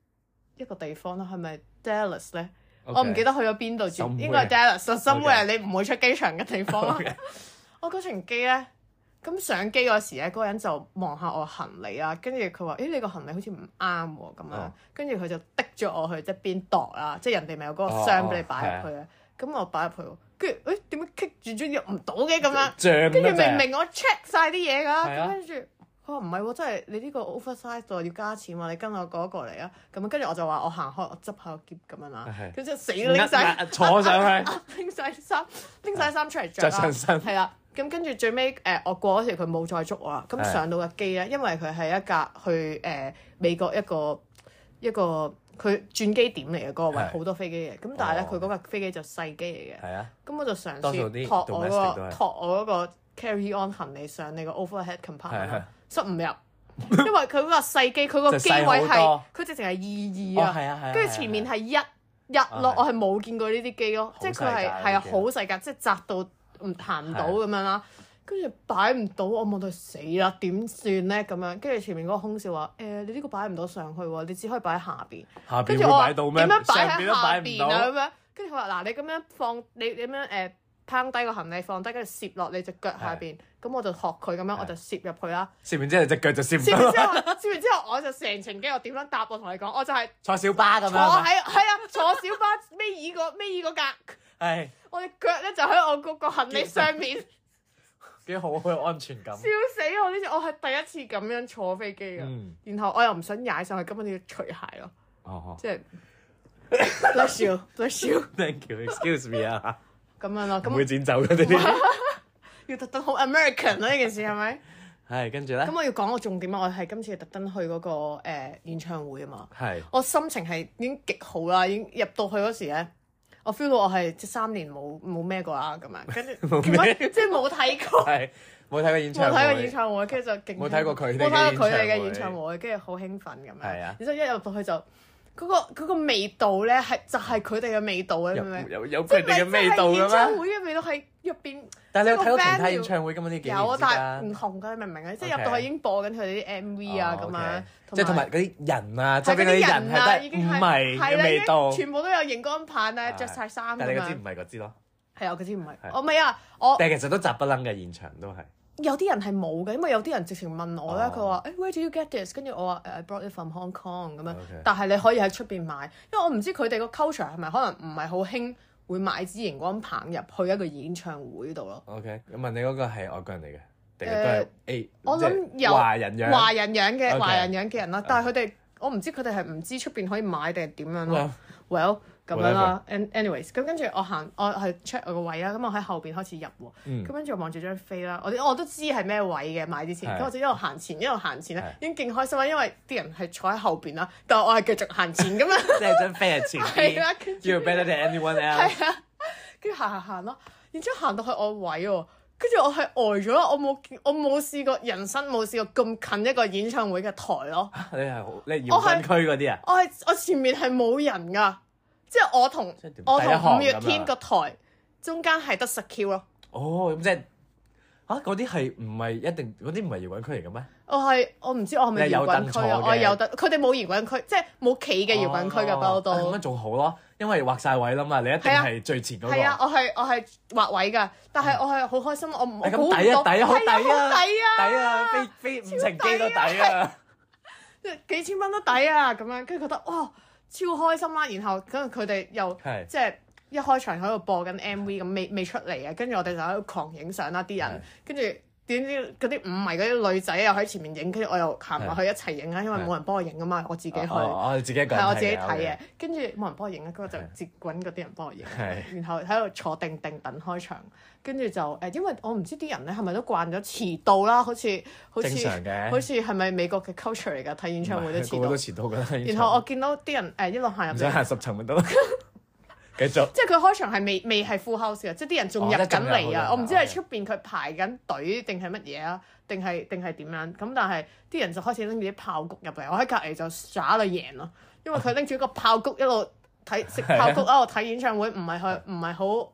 A: 一個地方啦，係咪 Dallas 咧？我唔記得去咗邊度住，
B: Somewhere
A: 應該係 Dallas somewhere 你唔會出機場嘅地方啦
B: OK。
A: (laughs) 我嗰程機咧，咁上機嗰時咧，嗰個人就望下我行李啊，跟住佢話：咦，你個行李好似唔啱喎咁樣
B: 哦。
A: 跟住佢就滴咗我去即係邊度啦，即係人哋咪有嗰個
B: 哦
A: 箱
B: 哦
A: 俾你擺入去啊。咁我擺入去喎，跟住誒點解棘住咗入唔到嘅咁樣？跟
B: 脹
A: 住
B: 啦啊真係
A: 明明我 check 晒啲嘢㗎，
B: 係啊
A: 咁跟住佢話唔係喎，真係你呢個 oversize 喎，要加錢喎，你跟我嗰個嚟啊！咁跟住我就話我行開，我執下個喼咁樣啦
B: 係，
A: 跟住死拎
B: (laughs) 呃
A: 晒
B: 呃坐上去，
A: (laughs) 拎晒
B: (laughs)
A: 衫，拎晒衫出嚟
B: 着
A: 着啦
B: 上，身。
A: 係啦。咁跟住最尾誒、呃我過嗰時佢冇再捉我啦。咁
B: 係
A: 上到架機咧，因為佢係一架去誒、呃美國一個一個佢轉機點嚟嘅嗰個位，
B: 係
A: 好多飛機嘅。咁但係咧，
B: 哦
A: 佢嗰架飛機就細機嚟嘅。
B: 係啊，
A: 咁我就嘗
B: 多數啲
A: 試托我嗰
B: domestic 都
A: 個
B: 係
A: 托我嗰個 carry on 行李上你個 overhead
B: 係
A: compartment
B: 係
A: 啦。塞唔入，因為佢嗰個細機，佢
B: (laughs)
A: 個機位
B: 就細好
A: 係佢直情係
B: 哦
A: 二二啊，
B: 係啊係啊。
A: 跟住前面
B: 係
A: 係一一
B: 啊
A: 咯
B: 係，
A: 我係冇見過呢啲機咯，
B: 好
A: 即係佢
B: 細
A: 係係
B: 架
A: 啊
B: 呢啲
A: 好細格，即係窄到唔行唔到咁
B: 係
A: 樣啦。跟住擺唔到，我望到死啦，點算咧咁樣？跟住前面嗰個空少話：誒、你呢個擺唔到上去喎，你只可以擺喺下邊。
B: 啊下邊
A: 跟住
B: 會
A: 我話
B: 擺
A: 點
B: 到咩？
A: 樣擺
B: 上
A: 喺
B: 邊都
A: 下
B: 擺唔
A: 邊啊
B: 到。
A: 咁樣？跟住佢話嗱，你咁樣放，你點樣誒攤低個行李放低，跟住攝落你只腳下邊。咁我就學佢咁樣，我就攝入去啦。
B: 攝完之後隻腳就攝唔
A: 攝
B: 到
A: 完之
B: 啦，
A: 後，
B: (laughs)
A: 攝完之後我就成程機，我點樣答我同你講，我就係
B: 坐小巴咁
A: 坐
B: 樣係咪。
A: 喺係啊坐小巴尾二個尾二個格，
B: 係
A: 我隻腳咧就喺我嗰個行李上 (laughs) 面，笑
B: 幾好，好有安全感。
A: 死我！呢次我係第一次咁樣坐飛機㗎。
B: 嗯，
A: 然後我又唔想踩上去，根本都要除鞋咯，
B: 哦 (laughs)
A: 即係 bless you bless you
B: ，thank you，excuse me 啊，
A: 咁樣咯。
B: 唔
A: 咁
B: 會剪走嗰啲啲。
A: 要特登好 American 啦呢件事係咪？
B: 係跟住咧
A: 咁，我要講個重點啊啦，我係今次特登去嗰、個、呃、演唱會啊嘛，
B: 係
A: 我心情係已經極好啦，已經入到去嗰時咧，我 feel 到我係即係三年冇冇咩過啦咁樣，跟住
B: (laughs) 冇
A: 點
B: 咩
A: 解 (laughs) 即係冇睇過。
B: 係冇睇過演
A: 冇
B: 唱
A: 睇過演
B: 會，
A: 唱會，跟住就勁
B: 冇睇過佢哋嘅
A: 冇睇過佢哋嘅演
B: 演
A: 唱
B: 唱
A: 會，跟住好興奮咁樣。
B: 係啊
A: 然之後一入到去就嗰、個嗰個味道咧，係就係佢哋嘅味道啊！你明唔
B: 有
A: 明？
B: 有有佢哋嘅味道
A: 即係演
B: 嘅
A: 唱
B: 咩？
A: 會嘅味道係入邊
B: 但係你有睇
A: 即係個
B: 過其他
A: venue
B: 演唱會㗎嘛？呢幾年
A: 有，啊
B: 之
A: 但係唔
B: 間
A: 同㗎，你明唔明啊？即係
B: OK
A: 入到去已經播緊佢哋啲 MV 啊
B: 哦
A: 咁
B: OK
A: 樣，
B: 即係同埋嗰啲人啊，周
A: 係
B: 邊
A: 嗰
B: 嗰
A: 啲
B: 啲人
A: 人啊，已
B: 係
A: 經
B: 得唔
A: 係
B: 係
A: 係啦
B: 嘅味道
A: 已經。全部都有熒光棒啊，着晒衫
B: 但係
A: 咁
B: 你嗰支唔
A: 樣。
B: 係嗰支咯，
A: 係啊，嗰啲唔係
B: 係，
A: 我唔係啊，我
B: 但係其實都雜不楞嘅現場都係。
A: 有啲人係冇嘅，因為有啲人直情問我咧，
B: 哦
A: 佢話誒 Where do you get this？跟住我話誒 I brought it from Hong Kong 咁樣
B: OK，
A: 但係你可以喺出邊買，因為我唔知佢哋個 culture 係咪可能唔係好興會買支熒光棒入去一個演唱會度咯。
B: OK，咁問你嗰個係外國人嚟嘅，定係都係 A？
A: 呃我諗
B: 即係
A: 有
B: 華人樣。
A: 華人樣嘅
B: OK 啊
A: 華人樣嘅人啦，但係佢哋我唔知佢哋係唔知出邊可以買定係點樣咯。Well 咁樣啦，and anyways，咁跟住我行，我係 check 我個位啦，咁我喺後邊開始入喎，
B: 嗯
A: 咁跟住我望住張飛啦，我我都知係咩位嘅買之前，
B: 係
A: 咁我就一路行前一路行前咧，
B: 係
A: 已經勁開心啦，因為啲人係坐喺後邊啦，但係我係繼續行前咁樣，
B: (laughs) 即係張飛 (laughs) 係
A: (laughs)
B: 前
A: 係
B: 邊
A: 啦，跟住
B: ，You're better than anyone else。
A: 係啊，跟住行行行咯，然之後行到去我位喎。跟住我係呆咗啦，我冇見我冇試過人生冇試過咁近一個演唱會嘅台咯。
B: 你係好，你係搖滾區嗰啲啊？
A: 我係我前面係冇人噶，即係我同
B: 即係點
A: 我
B: 第一
A: 同
B: 行啊
A: 五月
B: 咁
A: 天
B: 啊
A: 個台中間係得 secure 咯，
B: 哦，咁即係啊，嗰啲係唔係一定嗰啲唔係搖滾區嚟嘅咩？
A: 我係我唔知我係咪
B: 你係
A: 搖
B: 有
A: 滾
B: 凳
A: 區
B: 坐
A: 啊
B: 嘅？
A: 我係有得，佢哋冇搖滾區，即係冇企嘅搖滾區嘅不嬲
B: 哦咁
A: 都
B: 樣。仲好咯，因為劃晒位啦嘛，你一定
A: 係啊
B: 係最前嗰個。嗯
A: 係啊，我係我係劃位㗎，但係我係好開心，我唔我
B: 係咁
A: 估唔到，
B: 抵啊抵啊好
A: 係
B: 抵啊
A: 好抵啊！
B: 抵啊，飛飛五程機都抵啊！
A: 即係幾千蚊都抵啊！咁樣跟住覺得哇超開心啦，然後跟住佢哋又
B: 係
A: 即係一開場喺度播緊 MV 咁未未出嚟啊，跟住我哋就喺度狂影相啦啲人
B: 係，
A: 跟住點知嗰啲五迷嗰啲女仔又喺前面影，跟住我又行落去一齊影啦，因為
B: 係
A: 冇人幫我影啊嘛，我自己去
B: 哦
A: 係
B: 哦，你自己一個人
A: 我自己
B: 嘅
A: 睇嘅
B: OK，
A: 跟住冇人幫我影啊，跟住我就
B: 係
A: 接揾嗰啲人幫我影，啊
B: 係
A: 然後喺度坐定定等開場，跟住就誒，因為我唔知啲人咧係咪都慣咗遲到啦，好似好似
B: 正常嘅
A: 好似係咪美國嘅 culture 嚟㗎？睇演唱會都
B: 唔係個
A: 遲
B: 個
A: 到
B: 都。遲到㗎啦。
A: 然後我見到啲人誒、一路行入
B: 唔想
A: 嚟，
B: 行十層咪
A: (laughs)
B: 得咯。繼續。
A: 即係佢開場係未未係 full house 嘅，即係啲人仲入
B: 哦即係仲
A: 緊
B: 有好多
A: 嚟
B: 人
A: 啊！
B: 啊
A: 我唔知係出邊佢排緊隊定係乜嘢啊，定係定係點樣咁，但係啲人就開始拎住啲炮谷入嚟，我喺隔離就耍啦贏咯，因
B: (laughs)
A: 為佢拎住一個炮谷一路睇食炮谷一路睇演唱會，唔係佢唔係好我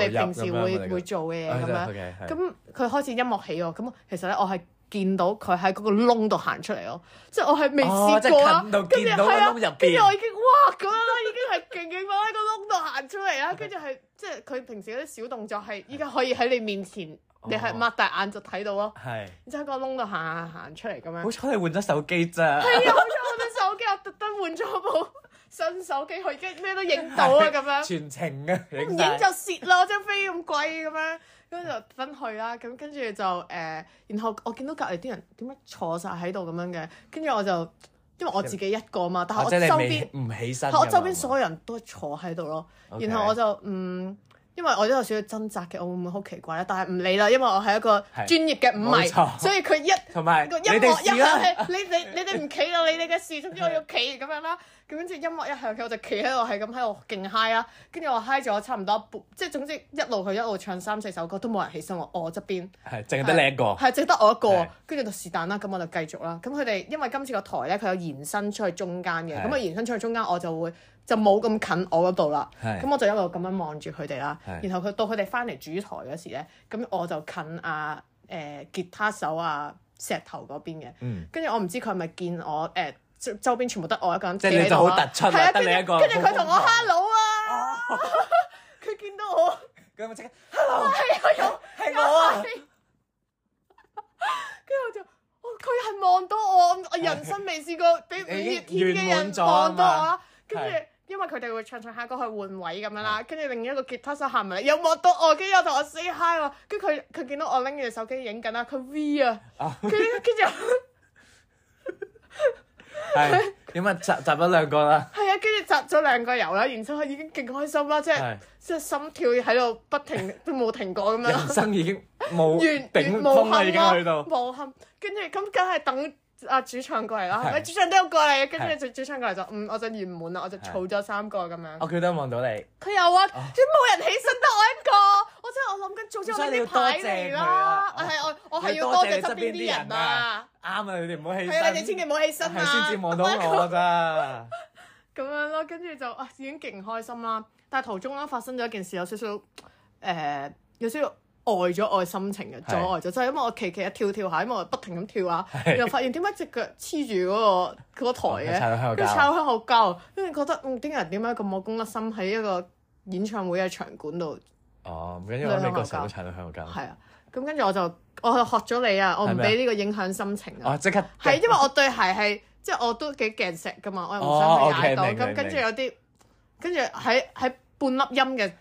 A: 哋平時
B: 啊投入咁樣我
A: 會
B: 哋
A: 會做嘅嘢咁樣。
B: OK，係哦
A: 咁佢開始音樂起喎，咁其實咧我係見到佢喺嗰個窿度行出嚟咯，即係我係未
B: 哦即
A: 試
B: 係
A: 過啊，
B: 近到
A: 跟住
B: 見到個
A: 係啊
B: 窿入邊
A: 跟住我已經哇咁樣啦，已經係勁勁咁喺個窿度行出嚟
B: (laughs)
A: 啦，跟住係即係佢平時嗰啲小動作係依家可以喺你面前，你係
B: 哦
A: 擘大眼就睇到咯，
B: 係。
A: 然之後喺個窿度行行行出嚟咁樣
B: 好。彩你換咗手機咋。
A: 係啊，好彩我隻手機我特登換咗部新手機，佢而家咩都影到
B: (laughs)
A: 啊咁樣。
B: 全程啊，
A: 唔
B: 影
A: 影
B: 晒
A: 就蝕咯，張飛咁貴咁樣，咁就分去啦。咁跟住就誒、呃然後我見到隔離啲人點解坐晒喺度咁樣嘅，跟住我就因為我自己一個嘛，但係
B: 或
A: 我
B: 者你
A: 周邊
B: 未唔起身㗎
A: 係
B: 嘛。
A: 我周邊所有人都坐喺度咯。
B: OK
A: 然後我就嗯，因為我都有少少掙扎嘅，我會唔會好奇怪咧？但係唔理啦，因為我係一個專
B: 係
A: 業嘅五迷
B: 冇，錯
A: 所以佢一
B: 同埋
A: 個
B: 你
A: 音樂
B: 哋
A: 一
B: 試啦。
A: 響起，你你你哋唔企啦，你哋嘅事，總之我要企咁樣啦。咁跟住音樂一響起，我就企喺度，係咁喺度勁嗨啦。跟住我嗨咗差唔多一半，即係總之一路佢一路唱三四首歌都冇人起身喎，我側邊
B: 係，淨係得你一個。
A: 係淨得我一個
B: 係。
A: 跟住就是但啦，咁我就繼續啦。咁佢哋因為今次個台咧，佢有延伸出去中間嘅，
B: 係
A: 咁啊延伸出去中間我就會就冇咁近我嗰度啦。
B: 係
A: 咁我就一路咁樣望住佢哋啦。
B: 係
A: 然後佢到佢哋翻嚟主台嗰時咧，咁我就近啊誒、呃吉他手啊石頭嗰邊嘅。
B: 嗯
A: 跟住我唔知佢係咪見我誒、呃周周邊全部得我一個人企
B: 即係
A: 喺
B: 你就
A: 度
B: 好
A: 啦，
B: 突出啦
A: 係啊
B: 得你
A: 跟
B: 一
A: 住
B: 個
A: 跟住佢同我
B: 好
A: hello 啊，
B: (laughs)
A: (laughs) 佢見到我 (laughs) 哎
B: 咁我即刻，hello，係我
A: 係
B: 啊。
A: (laughs) 跟住我就。哦佢係望到我，我人生未試過俾五月天嘅
B: 已經圓
A: 人
B: 滿咗啊
A: 望到我啦。跟
B: 嘛
A: 住因為佢哋會唱唱下歌去換位咁樣啦，跟住另一個吉他手行埋嚟，又望到我，跟住又同我 say hi 喎。跟住佢佢見到我拎住手機影緊啦，佢 V 啊，
B: 啊
A: 跟住跟住。
B: 係點啊？集集咗兩個啦，
A: 係啊，跟住摘咗兩個油啦，然之後已經勁開心啦，即係
B: 係
A: 即係心跳喺度不停都冇停過咁樣
B: 人
A: 啦，
B: 生已經冇
A: 完
B: 頂
A: 完
B: 峰
A: 無
B: 啦，
A: 憾
B: 已經
A: 啦，
B: 去到。
A: 無憾。跟住咁梗係等阿主唱過嚟啦，係咪？
B: 係
A: 主唱都有過嚟，跟
B: 係
A: 住就主唱過嚟就嗯，我就圓滿啦，我就
B: 係哦
A: 儲咗三個咁樣。
B: 我佢都望到你，
A: 佢有啊，即係冇人起身得我一個，我真係我諗緊，總之我
B: 所以你
A: 拎
B: 要
A: 啲牌
B: 多謝
A: 嚟
B: 佢啊
A: 啦，係我我係
B: 你
A: 要
B: 要
A: 多
B: 多
A: 謝
B: 謝
A: 側
B: 側
A: 邊
B: 邊
A: 啲
B: 啲
A: 人
B: 人
A: 啊
B: 啊，啱啊！你哋唔好起身，
A: 係啊，你哋千祈唔好起身
B: 係
A: 啊，
B: 先至
A: (laughs)
B: 望到我咋。
A: 咁樣咯，跟住就啊已經勁開心啦。但係途中咧發生咗一件事，有少少誒、呃有少少礙咗我嘅心情嘅，阻
B: 係
A: 礙咗，就係因為我期期一跳跳下，因為我不停咁跳下，
B: 係
A: 然後發現點解只腳黐住嗰個嗰個台
B: 哦踩
A: 嘅，
B: 到香口膠
A: 跟住抄香口膠，跟住覺得嗯啲人點解咁冇公德心喺一個演唱會嘅場館度
B: 哦，唔緊要，我喺美國成
A: 兩個
B: 日都踩到香港。
A: 係啊，咁跟住我就我學咗你啊，我唔
B: 哦係咩啊
A: 俾呢個影響心情啊
B: 哦，。即刻
A: 係因為我對鞋係即係我都幾鏡石噶嘛，我又唔想
B: 哦
A: 去踩到，
B: ，OK，明
A: 咁
B: 明
A: 跟住有啲跟住喺喺半粒音嘅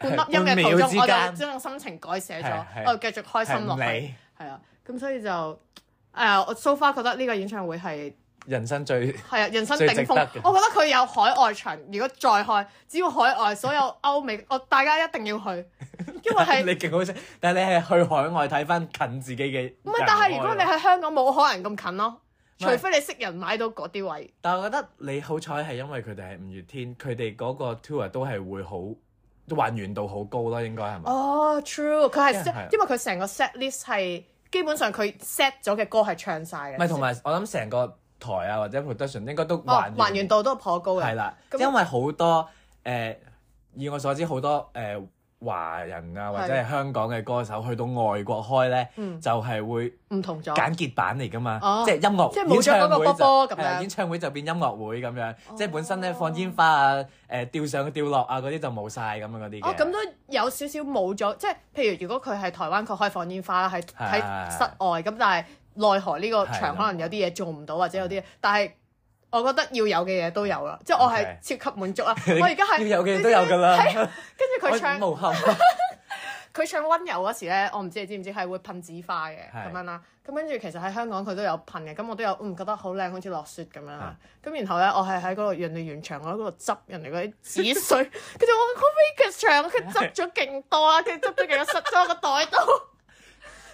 A: 半粒音嘅
B: 半秒
A: 途中，
B: 之
A: 我就
B: 間
A: 將心情改寫咗
B: 係，係
A: 我就繼續開心落
B: 係唔
A: 去，
B: 理
A: 係啊，咁所以就誒我 so far 覺得呢個演唱會係
B: 人生最
A: 係啊人生
B: 最
A: 頂
B: 值
A: 峰，
B: 得嘅
A: 我覺得佢有海外場，如果再開，只要海外所有歐美， (laughs) 我大家一定要去，因為
B: (laughs)。
A: 係
B: 你勁好聲，但係你係去海外睇翻近自己嘅。
A: 唔係，但係如果你，喺香港冇可能咁近咯，
B: 唔
A: 除
B: 係
A: 非你識人買到嗰啲位。
B: 但係我覺得你好彩係因為佢哋係五月天，佢哋嗰個 tour 都係會好還原度好高咯，應該係咪？
A: 哦，true，佢係 set，因
B: 因為係啊
A: 為佢成個 set list 係基本上佢 set 咗嘅歌係唱晒嘅。
B: 唔係，同埋我諗成個台啊或者 production 應該都
A: 哦
B: 還，
A: 還原度都頗高嘅。
B: 係啦，
A: 咁
B: 因為好多誒、呃以我所知好多誒、呃華人啊或者係香港嘅歌手去到外國開咧，
A: 嗯
B: 就係會
A: 唔同咗，
B: 簡潔版嚟噶嘛，
A: 哦
B: 即係音樂
A: 即係冇咗嗰個
B: 演唱會就
A: 波波咁
B: 係啊
A: 樣
B: 演唱會就變音樂會咁樣，即係本身咧
A: 哦
B: 放煙花啊、誒吊上吊落啊嗰啲就冇晒咁樣嗰啲
A: 哦，咁
B: 嘅。
A: 都有少少冇咗，即係譬如如果佢係台灣，佢開放煙花啦，喺喺
B: 係
A: 室外咁，但係奈何呢個
B: 係啦嗯
A: 場可能有啲嘢做唔到，或者有啲嘢，但係我覺得要有嘅嘢都有啦，即係我係超級滿
B: (laughs)
A: 足啦。我而家係啊
B: 要有嘅都有㗎啦，
A: 跟住佢唱
B: 我無憾。
A: 佢唱温柔嗰時咧，我唔知你知唔知係會噴紙花嘅
B: 係
A: 咁樣啦。咁跟住其實喺香港佢都有噴嘅，咁我都有嗯覺得好靚，好似落雪咁樣啦。咁然後咧，我係喺嗰度人哋完場，我喺嗰度執人哋嗰啲
B: (laughs)
A: 紙碎，跟住我好 r a c 場，佢執咗勁多啦，跟住執咗勁多塞咗我個袋度。跟住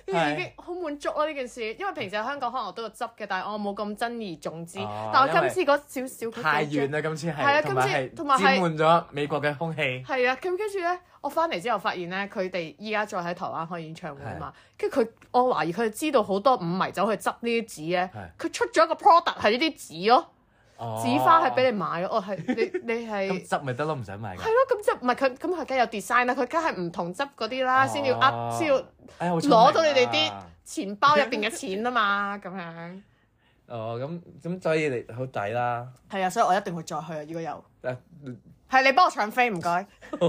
A: 已經好滿足啦呢件事，因為平時喺香港可能我都有執嘅，但係我冇咁珍而重之。
B: 哦
A: 但我今次嗰少少佢
B: 太
A: 就
B: 遠啦，今次
A: 係啊
B: 係，同埋係
A: 今次同埋係
B: 沾滿咗美國嘅空氣。
A: 係啊，咁跟住咧，我翻嚟之後發現咧，佢哋依家再喺台灣開演唱會啊嘛，跟住佢，我懷疑佢哋知道好多五迷走去執呢啲紙咧，佢出咗一個 product 係呢啲紙咯， (laughs) 紙
B: 紙
A: 花係俾你買咯，我哦係你你係
B: 哦咁
A: 係
B: 執咪得咯，唔使買㗎。
A: 咯， (laughs) 咁即係唔係佢咁佢梗係有 design 啦，佢梗係唔同執嗰啲啦，
B: 哦
A: 先要呃先要
B: 哎呀好聰明啊
A: 攞到你哋啲錢包入邊嘅錢啊嘛，咁樣
B: 哦，咁咁所以你好抵啦。
A: 係啊，所以我一定會再去啊，如果有
B: 嗱
A: 係你幫我搶飛唔該。 (laughs)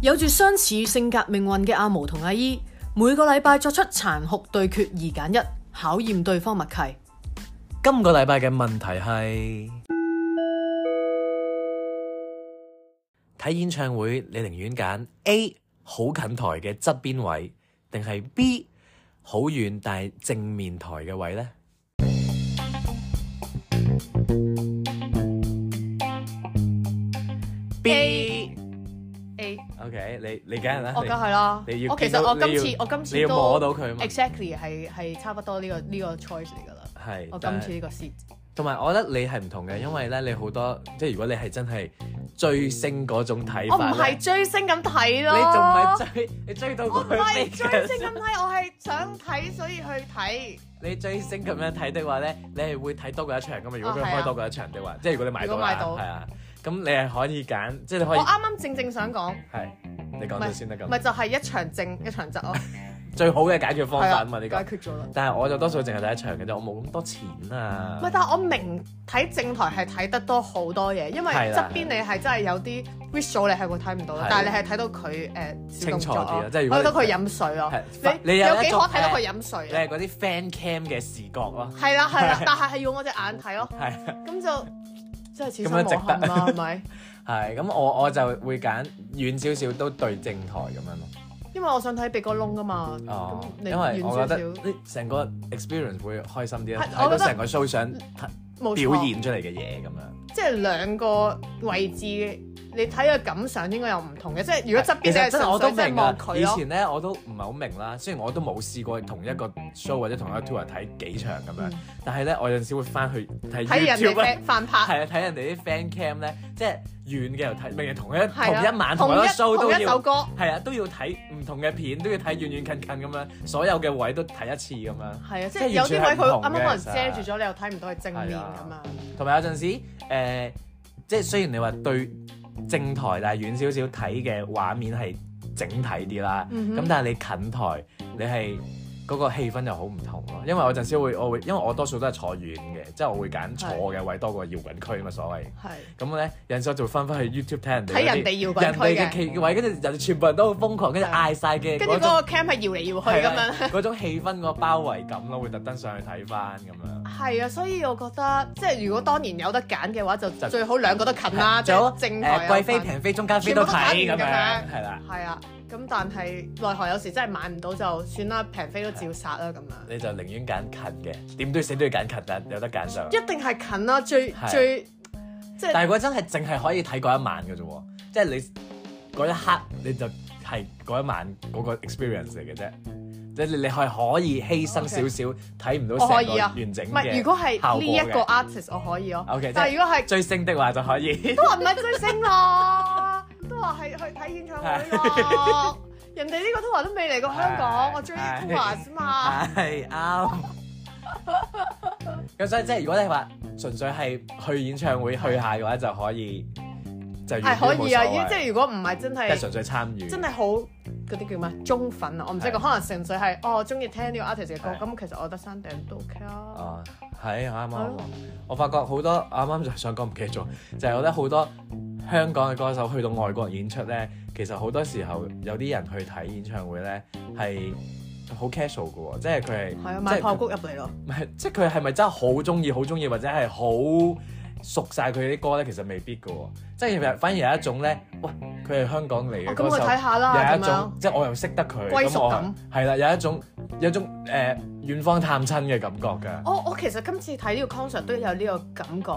A: 有住相似性格命運嘅阿毛同阿姨，每個禮拜作出殘酷對決二揀一，考驗對方默契。
B: 今個禮拜嘅問題係睇演唱會，你寧願揀 A 好近台嘅側邊位，定係 B 好遠但係正面台嘅位呢？B
A: A，
B: OK，你你梗係啦，
A: 我梗係啦。
B: 哎你要
A: 我其
B: 見
A: 實
B: 到
A: 我今
B: 你
A: 次
B: 要
A: 我今
B: 你
A: 次
B: 要
A: 都
B: 摸到佢啊嘛
A: exactly 係係差不多呢個呢個 choice 嚟㗎啦。
B: 係
A: 我
B: 但
A: 今
B: 係
A: 次呢個 seat
B: 同埋我覺得你係唔同嘅，因為咧你好多即係如果你係真係追星嗰種睇
A: 哦我唔
B: 法咧，
A: 係追星咁睇咯。
B: 你仲唔係追你追到
A: 我唔
B: (laughs) 佢飛
A: 係追星啊咁
B: 嘅，
A: 睇，我係想睇所以去睇。
B: 你追星咁樣睇的話咧，你係會睇多過一場噶嘛？如果
A: 哦
B: 佢
A: 係啊
B: 開多過一場的話，即係如果你買到
A: 如果
B: 啦
A: 買到
B: 係啊，咁你係可以揀，即係你可
A: 我
B: 以
A: 啱啱正正想講，
B: 係你講咗先得
A: 咪
B: 咁，
A: 就係一場正一場側咯。
B: 最好嘅解決方
A: 係
B: 法
A: 啊
B: 啊嘛
A: 解
B: 呢個。
A: 決咗啦。
B: 但係我就多數淨係睇一場嘅啫，我冇咁多錢啊
A: 唔係，。但係我明睇正台係睇得多好多嘢，因為
B: 係啦
A: 側邊你係真係有啲 visual 你係會睇唔到
B: 係
A: 啦，但係你係睇到佢誒小動作
B: 清楚啲啦啊
A: 咯，
B: 即係如
A: 我睇
B: 果你
A: 到佢飲水咯
B: 係，
A: 你
B: 你有
A: 有幾
B: 一
A: 可
B: 種
A: 睇到佢飲
B: 你
A: 水啊？
B: 係嗰啲 fan cam 嘅視覺咯，
A: 係啦係啦，
B: (laughs)
A: 但係係用我隻眼睇咯，
B: 係啊。
A: 咁就真係此
B: 咁樣
A: 生無
B: 值得
A: 憾啦，啊係咪？
B: 係，咁我我就會揀遠少少都對正台咁樣咯。
A: 因為我想睇鼻哥窿噶嘛，
B: 哦
A: 嗯咁，你
B: 因為我覺
A: 遠少
B: 得
A: 少，
B: 呢成個 experience 會開心啲啦，
A: 係
B: 睇
A: 我
B: 到
A: 覺得
B: 成個 show 想睇
A: 冇
B: 表
A: 錯，
B: 現出嚟嘅嘢咁樣。
A: 即係兩個位置你睇嘅感想應該有唔同嘅，即係如果側邊你
B: 其實
A: 係
B: 真係我都
A: 純粹即
B: 明
A: 係望
B: 啊！以
A: 佢咯。
B: 前咧我都唔係好明啦，雖然我都冇試過同一個 show 或者同一個 tour 睇幾場咁樣
A: 嗯，
B: 但係咧我有陣時會翻去睇
A: 睇人
B: YouTube 啊
A: 哋翻拍，
B: 係啊，睇人哋啲 fan cam 咧，即係遠嘅又睇，明日同一同
A: 係啊
B: 一晚同一個 show 都
A: 同一首
B: 要。
A: 歌，
B: 係啊，都要睇唔同嘅片，都要睇遠遠近近咁樣，所有嘅位都睇一次咁樣。
A: 係啊，即
B: 係
A: 係有啲位
B: 完全
A: 佢
B: 係
A: 啱
B: 唔同
A: 啱
B: 嘅
A: 可能
B: 其實
A: 遮住咗，你又睇唔到佢正面咁啊。
B: 同埋有陣時，誒、即係雖然你話對正台，但係遠少少睇嘅畫面係整體啲啦。咁、
A: 嗯哼
B: 但係你近台，你係嗰個氣氛又好唔同咯。因為我有陣時會，我會因為我多數都係坐遠嘅，即係我會揀坐嘅位多過搖滾區啊嘛，所謂。
A: 係
B: 咁咧有陣時我就會翻返去 YouTube 睇人哋嗰啲
A: 睇人哋搖滾
B: 人
A: 區
B: 哋嘅
A: 嘅，嗯
B: 企位，跟住人哋全部人都好瘋狂，跟住
A: 係啊
B: 嗌晒
A: 跟
B: 嘅
A: 住
B: 嗰種
A: 嗰
B: 啊
A: 個 cam 係搖嚟搖去咁樣。
B: 樣，嗰種氣氛個包圍感咯，會特登上去睇翻咁樣。
A: 係啊，所以我覺得即係如果當然有得揀嘅話，就
B: 就
A: 最好兩個都近啦，即
B: 仲有
A: 係正
B: 誒
A: 台
B: 貴妃、
A: 飛。
B: 平妃、中間妃都
A: 全部
B: 睇咁
A: 都睇咁
B: 樣，
A: 樣
B: 係啦，
A: 係啊，咁但係奈何有時真係買唔到就算啦，平飛都照殺啦咁樣。
B: 你就寧願揀近嘅，點都要死都要揀近，但有得揀上。
A: 一定係近啦，最
B: 係
A: 最即
B: 但係
A: 係
B: 如果真係淨係可以睇嗰一晚嘅啫喎，即係你嗰一刻你就係嗰一晚嗰個 experience 嚟嘅啫，即係你你係可以犧牲少少睇唔
A: 我
B: 到
A: 可
B: 成個
A: 以啊
B: 完整
A: 唔係如果
B: 嘅效
A: 係
B: 果
A: 呢一個
B: 嘅。
A: artist 我可以咯啊
B: OK，，
A: 但
B: 即
A: 係如果係。
B: 追星的話就可以。
A: 都話唔係追星咯，都話係去睇演唱會咯。人哋呢個都話都未嚟過香港，
B: 係
A: 我追
B: 係 (laughs)
A: Tuas 啊嘛。
B: 係啱。咁所以即係如果你話純粹係去演唱會去下嘅話，就可以就完
A: 係
B: 全
A: 可
B: 冇
A: 以
B: 所
A: 啊，
B: 謂
A: 即係如果唔係真
B: 即係
A: 係
B: 純粹參與，
A: 真係好嗰啲叫咩忠粉啊，我唔識
B: 係
A: 講，可能純粹係哦我中意聽呢個 artist 嘅
B: 係
A: 歌，咁其實我覺得山頂都 OK 啊。
B: 啊，係啱啱
A: 係
B: 啱
A: 咯。
B: 我發覺好多啱啱就想講唔記得咗，就係我覺得好多香港嘅歌手去到外國演出咧，其實好多時候有啲人去睇演唱會咧係好 casual 嘅喎，即係佢係
A: 係啊，
B: 即
A: 買
B: 係
A: 炮谷入嚟咯，
B: 唔係，即係佢係咪真係好中意、好中意，或者係好熟晒佢啲歌咧？其實未必嘅喎，即
A: 嗯
B: 係反而有一種咧，喂，佢係香港嚟嘅
A: 哦咁
B: 歌
A: 我
B: 手，
A: 睇下啦，
B: 有
A: 咁
B: 一
A: 樣
B: 種即係我又識得佢，
A: 歸屬
B: 咁我
A: 感
B: 係啦，有一種有一種誒、呃、遠方探親嘅感覺㗎，
A: 我我其實今次睇呢個 concert 都有呢個感覺，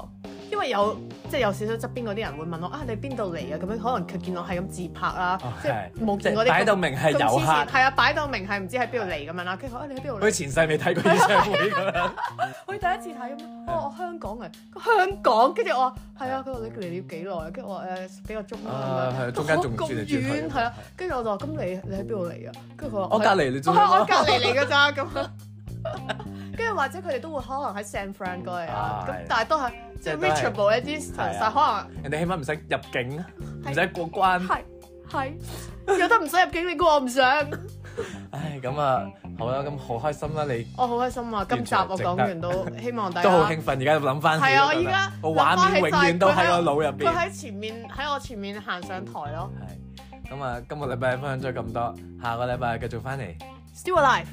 A: 因為有即係有少少側邊嗰啲人會問我啊，你邊度嚟啊？咁樣可能佢見我係咁自拍啦
B: 哦，
A: 即係冇
B: 即
A: 見過
B: 係
A: 啲
B: 擺
A: 咁
B: 到明係遊
A: 咁黐線
B: 客，
A: 係啊，擺到明係唔知喺邊度嚟咁樣啦。跟住佢話啊，你喺邊度
B: 佢
A: 嚟？
B: 前世未睇過演唱會㗎啦，
A: 我第一次睇咁
B: 哦
A: 樣，我話我香港嚟，佢話香港。跟住我話係啊，佢話你嚟要幾耐？跟住我話誒幾個鐘啦
B: 啊
A: 咁
B: 係
A: 樣。
B: 中間仲
A: 咁
B: 轉嚟轉去
A: 遠係啊，跟住我就話咁你你喺邊度嚟啊？跟住佢話
B: 我隔離你
A: 我
B: 做
A: 係我
B: 乜
A: 隔？離嚟㗎
B: (laughs)
A: 咋咁樣。跟住或者佢哋都會可能喺 San Fran 嗰嚟啊，
B: 啊
A: 咁
B: 係
A: 但係都係即係
B: 即係都係
A: reachable 一
B: 係
A: distance，但
B: 啊
A: 可
B: (laughs) 人哋起碼唔使入境，啊
A: 係
B: 唔使過關
A: 能。係係有得唔使入境，你估我唔想？
B: 唉，咁啊，好啦，咁好開心啦，你。
A: 我好開心啊！今集我講完都希望大
B: 都好
A: 家
B: 興。奮，而家諗翻起，
A: 係啊
B: 覺得
A: 我而家
B: 個畫面
A: 諗返起就係
B: 永遠都喺我腦
A: 佢
B: 入邊。
A: 喺前面喺我前面行上台咯
B: 係咁啊，今個禮拜分享咗咁多，下個禮拜繼續翻嚟。
A: ，Still Alive。